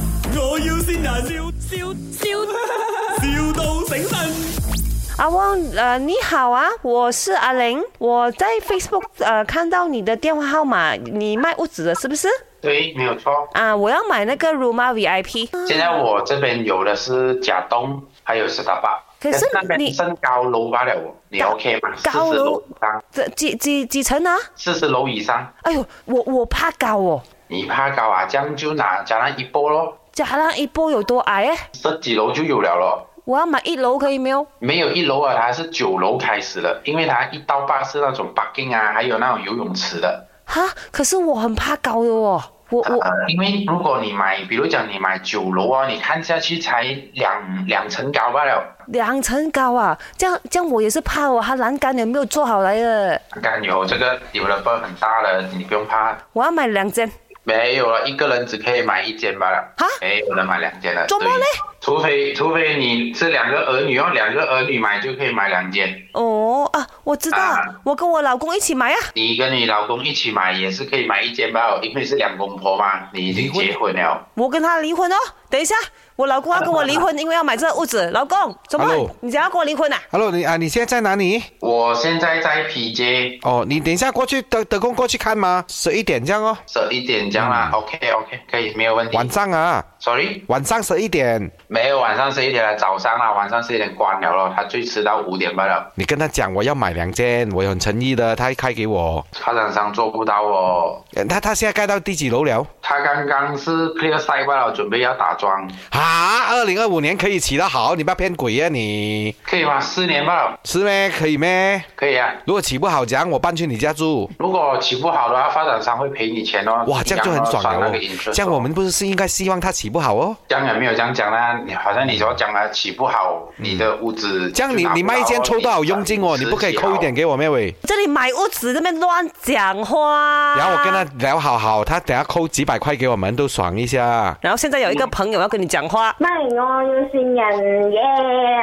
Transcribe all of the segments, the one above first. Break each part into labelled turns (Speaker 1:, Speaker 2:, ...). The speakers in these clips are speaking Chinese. Speaker 1: 要先人，笑笑笑，,笑到醒神。
Speaker 2: 阿旺，呃，你好啊，我是阿玲，我在 Facebook 呃看到你的电话号码，你卖屋子的是不是？
Speaker 3: 对，没有错。
Speaker 2: 啊，我要买那个 Roma VIP。
Speaker 3: 现在我这边有的是甲东，还有斯达巴。
Speaker 2: 可是
Speaker 3: 那
Speaker 2: 你
Speaker 3: 边升高楼罢了哦，你 OK 吗？四
Speaker 2: 高
Speaker 3: 十
Speaker 2: 楼
Speaker 3: 楼以上，
Speaker 2: 这几几几层啊？
Speaker 3: 四十楼以上，
Speaker 2: 哎呦，我我怕高哦。
Speaker 3: 你怕高啊？这样就拿加那一波咯，
Speaker 2: 加上一波有多矮哎？
Speaker 3: 十几楼就有了咯。
Speaker 2: 我要买一楼可以没有？
Speaker 3: 没有一楼啊，它是九楼开始的，因为它一到八是那种 parking 啊，还有那种游泳池的。
Speaker 2: 哈，可是我很怕高的哦。我我
Speaker 3: 呃，因为如果你买，比如讲你买九楼啊，你看下去才两两层高罢了。
Speaker 2: 两层高啊，这样这样我也是怕哦。它栏杆有没有做好来的？
Speaker 3: 刚刚有这个 developer 很大的，你不用怕。
Speaker 2: 我要买两间。
Speaker 3: 没有了，一个人只可以买一间罢了。
Speaker 2: 啊
Speaker 3: 没有人买两间的。
Speaker 2: 怎么
Speaker 3: 对
Speaker 2: 嘞？
Speaker 3: 除非除非你是两个儿女哦，两个儿女买就可以买两间。
Speaker 2: 哦啊，我知道，
Speaker 3: 啊
Speaker 2: 我跟我老公一起买啊。
Speaker 3: 你跟你老公一起买也是可以买一间吧，因为是两公婆嘛，你已经结婚了。
Speaker 2: 我跟他离婚哦。等一下，我老公要跟我离 婚，因为要买这个屋子。老公，怎么
Speaker 4: Hello
Speaker 2: 你想要跟我离婚啊？
Speaker 4: Hello，你啊，你现在在哪里？
Speaker 3: 我现在在 PJ，
Speaker 4: 哦，你等一下过去，德德公过去看吗？十一点这样哦，
Speaker 3: 十一点这样
Speaker 2: 嗯
Speaker 3: 啦。OK OK，可以，没有问题。
Speaker 4: 晚上啊，
Speaker 3: Sorry，
Speaker 4: 晚上十一点，
Speaker 3: 没有晚上十一点了，早上啦，晚上十一点关了咯，他最迟到五点半了。
Speaker 4: 你跟他讲我要买两间，我有很诚意的，他开给我。
Speaker 3: 发展商做不到哦，
Speaker 4: 呃他他现在盖到第几楼了？
Speaker 3: 他刚刚是 clear side 罢了，准备要打桩，
Speaker 4: 啊，二零二五年可以起得好，你不要骗鬼啊你！
Speaker 3: 可以吗？四年罢了，
Speaker 4: 是咩？可以咩？
Speaker 3: 可以啊。
Speaker 4: 如果起不好讲，我搬去你家住。
Speaker 3: 如果起不好的话，发展商会赔你钱哦。
Speaker 4: 哇，这样就很爽
Speaker 3: 你要
Speaker 4: 了
Speaker 3: 那
Speaker 4: 哦
Speaker 3: 个 interest 哦。
Speaker 4: 这样我们不是是应该希望他起不好哦？
Speaker 3: 这样也没有这样讲啦，你好像你所讲的起不好，你的屋子
Speaker 4: 嗯这样你
Speaker 3: 就拿不
Speaker 4: 你卖一间
Speaker 3: 到
Speaker 4: 抽多少佣金哦？你不可以扣一点。给我咩喂？
Speaker 2: 这里买屋子那边乱讲话。
Speaker 4: 然后我跟他，聊好好，他等下扣几百块给我们都爽一下。
Speaker 2: 然后现在有一个朋友要跟你讲话。
Speaker 5: 咪我要善人耶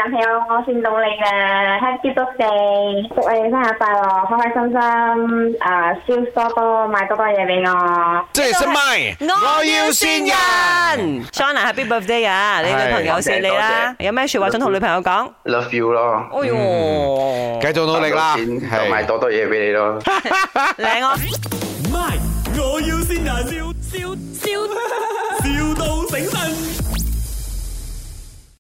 Speaker 5: 男朋友我善到你啦，Happy Birthday！祝你生日快樂，開開心心，啊燒多多，買多多嘢俾我。
Speaker 4: 这里是麦，
Speaker 2: 先。Shana Happy Birthday 啊！你女朋友謝你啦，有咩说話想同女朋友講？
Speaker 3: Love you 咯，
Speaker 4: 嗯
Speaker 2: 哎 哟，
Speaker 4: 繼續努力啦，
Speaker 3: 就买多多嘢俾你咯。
Speaker 2: 靚哦！
Speaker 1: My，我要先人，笑笑